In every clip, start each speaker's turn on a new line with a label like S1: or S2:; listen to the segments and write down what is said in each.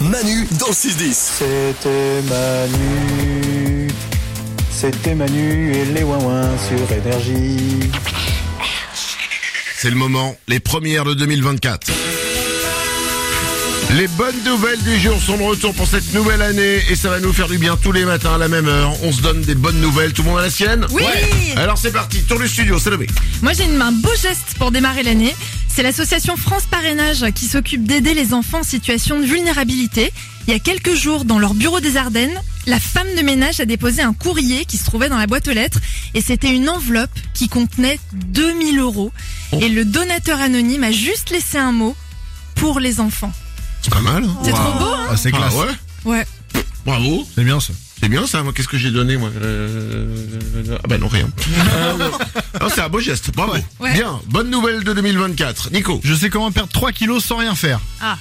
S1: Manu dans le 6-10.
S2: C'était Manu. C'était Manu et les Wouin sur Énergie.
S3: C'est le moment, les premières de 2024. Les bonnes nouvelles du jour sont de retour pour cette nouvelle année et ça va nous faire du bien tous les matins à la même heure. On se donne des bonnes nouvelles, tout le monde a la sienne
S4: Oui. Ouais.
S3: Alors c'est parti, tour du studio, c'est levé.
S4: Moi, j'ai une- un beau geste pour démarrer l'année. C'est l'association France Parrainage qui s'occupe d'aider les enfants en situation de vulnérabilité. Il y a quelques jours, dans leur bureau des Ardennes, la femme de ménage a déposé un courrier qui se trouvait dans la boîte aux lettres et c'était une enveloppe qui contenait 2000 euros. Et le donateur anonyme a juste laissé un mot pour les enfants.
S3: C'est pas mal. hein
S4: C'est trop beau, hein
S5: Ah, c'est classe.
S3: Ah ouais
S4: Ouais.
S3: Bravo.
S5: C'est bien ça.
S3: C'est bien ça, moi qu'est-ce que j'ai donné moi Euh, Ah bah non rien. Euh, ouais. Non, c'est un beau geste, bravo.
S4: Ouais.
S3: Bien, bonne nouvelle de 2024. Nico,
S5: Je sais comment perdre 3 kilos sans rien faire.
S4: Ah.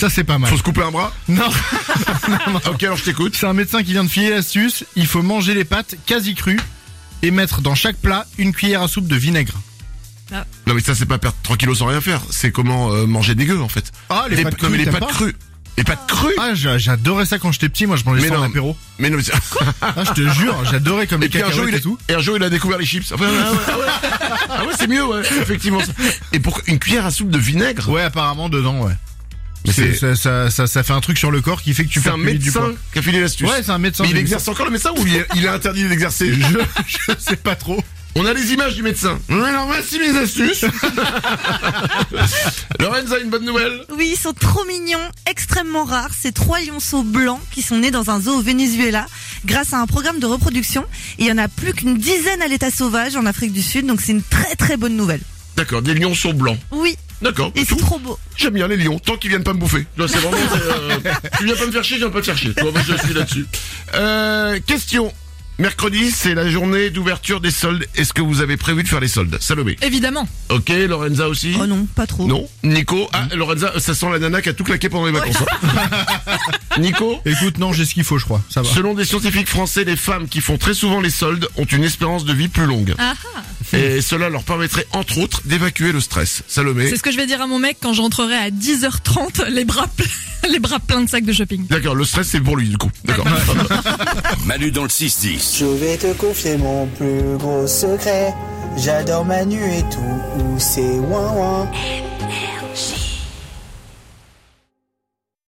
S5: Ça, c'est pas mal.
S3: faut se couper un bras
S5: Non.
S3: Ok, alors je t'écoute.
S5: C'est un médecin qui vient de filer l'astuce. Il faut manger les pâtes quasi crues et mettre dans chaque plat une cuillère à soupe de vinaigre.
S3: Non mais ça c'est pas perdre 3 kilos sans rien faire, c'est comment euh, manger dégueu en fait.
S5: Ah, les
S3: Des-
S5: pâtes
S3: non, mais
S5: crues,
S3: les
S5: t'aimes
S3: pâtes
S5: pas
S3: crues. Les pâtes crues
S5: Ah, j'a- j'adorais ça quand j'étais petit. Moi, je mangeais
S3: Mais
S5: ça en
S3: non.
S5: apéro.
S3: Mais non mais c'est-
S5: Ah, je te jure, j'adorais comme
S3: Et
S5: les
S3: puis un jour,
S5: cacahuètes
S3: il a,
S5: et tout.
S3: et un jour, il a découvert les chips. Enfin, ouais, ouais, ouais, ouais. Ah ouais, c'est mieux, ouais, effectivement. Et pour une cuillère à soupe de vinaigre,
S5: Ouais, apparemment, dedans, ouais.
S3: Mais
S5: C'est-
S3: c'est-
S5: ça, ça, ça, ça fait un truc sur le corps qui fait que tu
S3: c'est
S5: perds
S3: un
S5: plus vite du
S3: médecin
S5: poids.
S3: qui a filé l'astuce.
S5: Ouais, c'est un médecin.
S3: Mais il
S5: mais-
S3: exerce encore le médecin ou il est, il est interdit d'exercer
S5: Je, je sais pas trop.
S3: On a les images du médecin. Alors voici mes astuces. Lorenza, une bonne nouvelle.
S6: Oui, ils sont trop mignons, extrêmement rares. Ces trois lionceaux blancs qui sont nés dans un zoo au Venezuela grâce à un programme de reproduction. Et il y en a plus qu'une dizaine à l'état sauvage en Afrique du Sud, donc c'est une très très bonne nouvelle.
S3: D'accord, des lions sont blancs.
S6: Oui,
S3: D'accord,
S6: et c'est
S3: tout.
S6: trop beau.
S3: J'aime bien les lions, tant qu'ils viennent pas me bouffer. Là, c'est vraiment. euh, tu viens pas me faire chier, je viens pas te faire chier. Toi, moi, je suis là-dessus. Euh, question. Mercredi, c'est la journée d'ouverture des soldes. Est-ce que vous avez prévu de faire les soldes Salomé.
S4: Évidemment.
S3: Ok, Lorenza aussi
S6: Oh non, pas trop.
S3: Non. Nico Ah, Lorenza, ça sent la nana qui a tout claqué pendant les vacances. hein. Nico
S5: Écoute, non, j'ai ce qu'il faut, je crois. Ça va.
S3: Selon des scientifiques français, les femmes qui font très souvent les soldes ont une espérance de vie plus longue.
S4: Ah,
S3: Et cela leur permettrait, entre autres, d'évacuer le stress. Salomé
S4: c'est ce que je vais dire à mon mec quand je rentrerai à 10h30, les bras, ple- les bras pleins de sacs de shopping.
S3: D'accord, le stress c'est pour lui du coup. D'accord.
S1: Manu dans le 6-10.
S7: Je vais te confier mon plus gros secret. J'adore Manu et tout, ou c'est ouin ouin.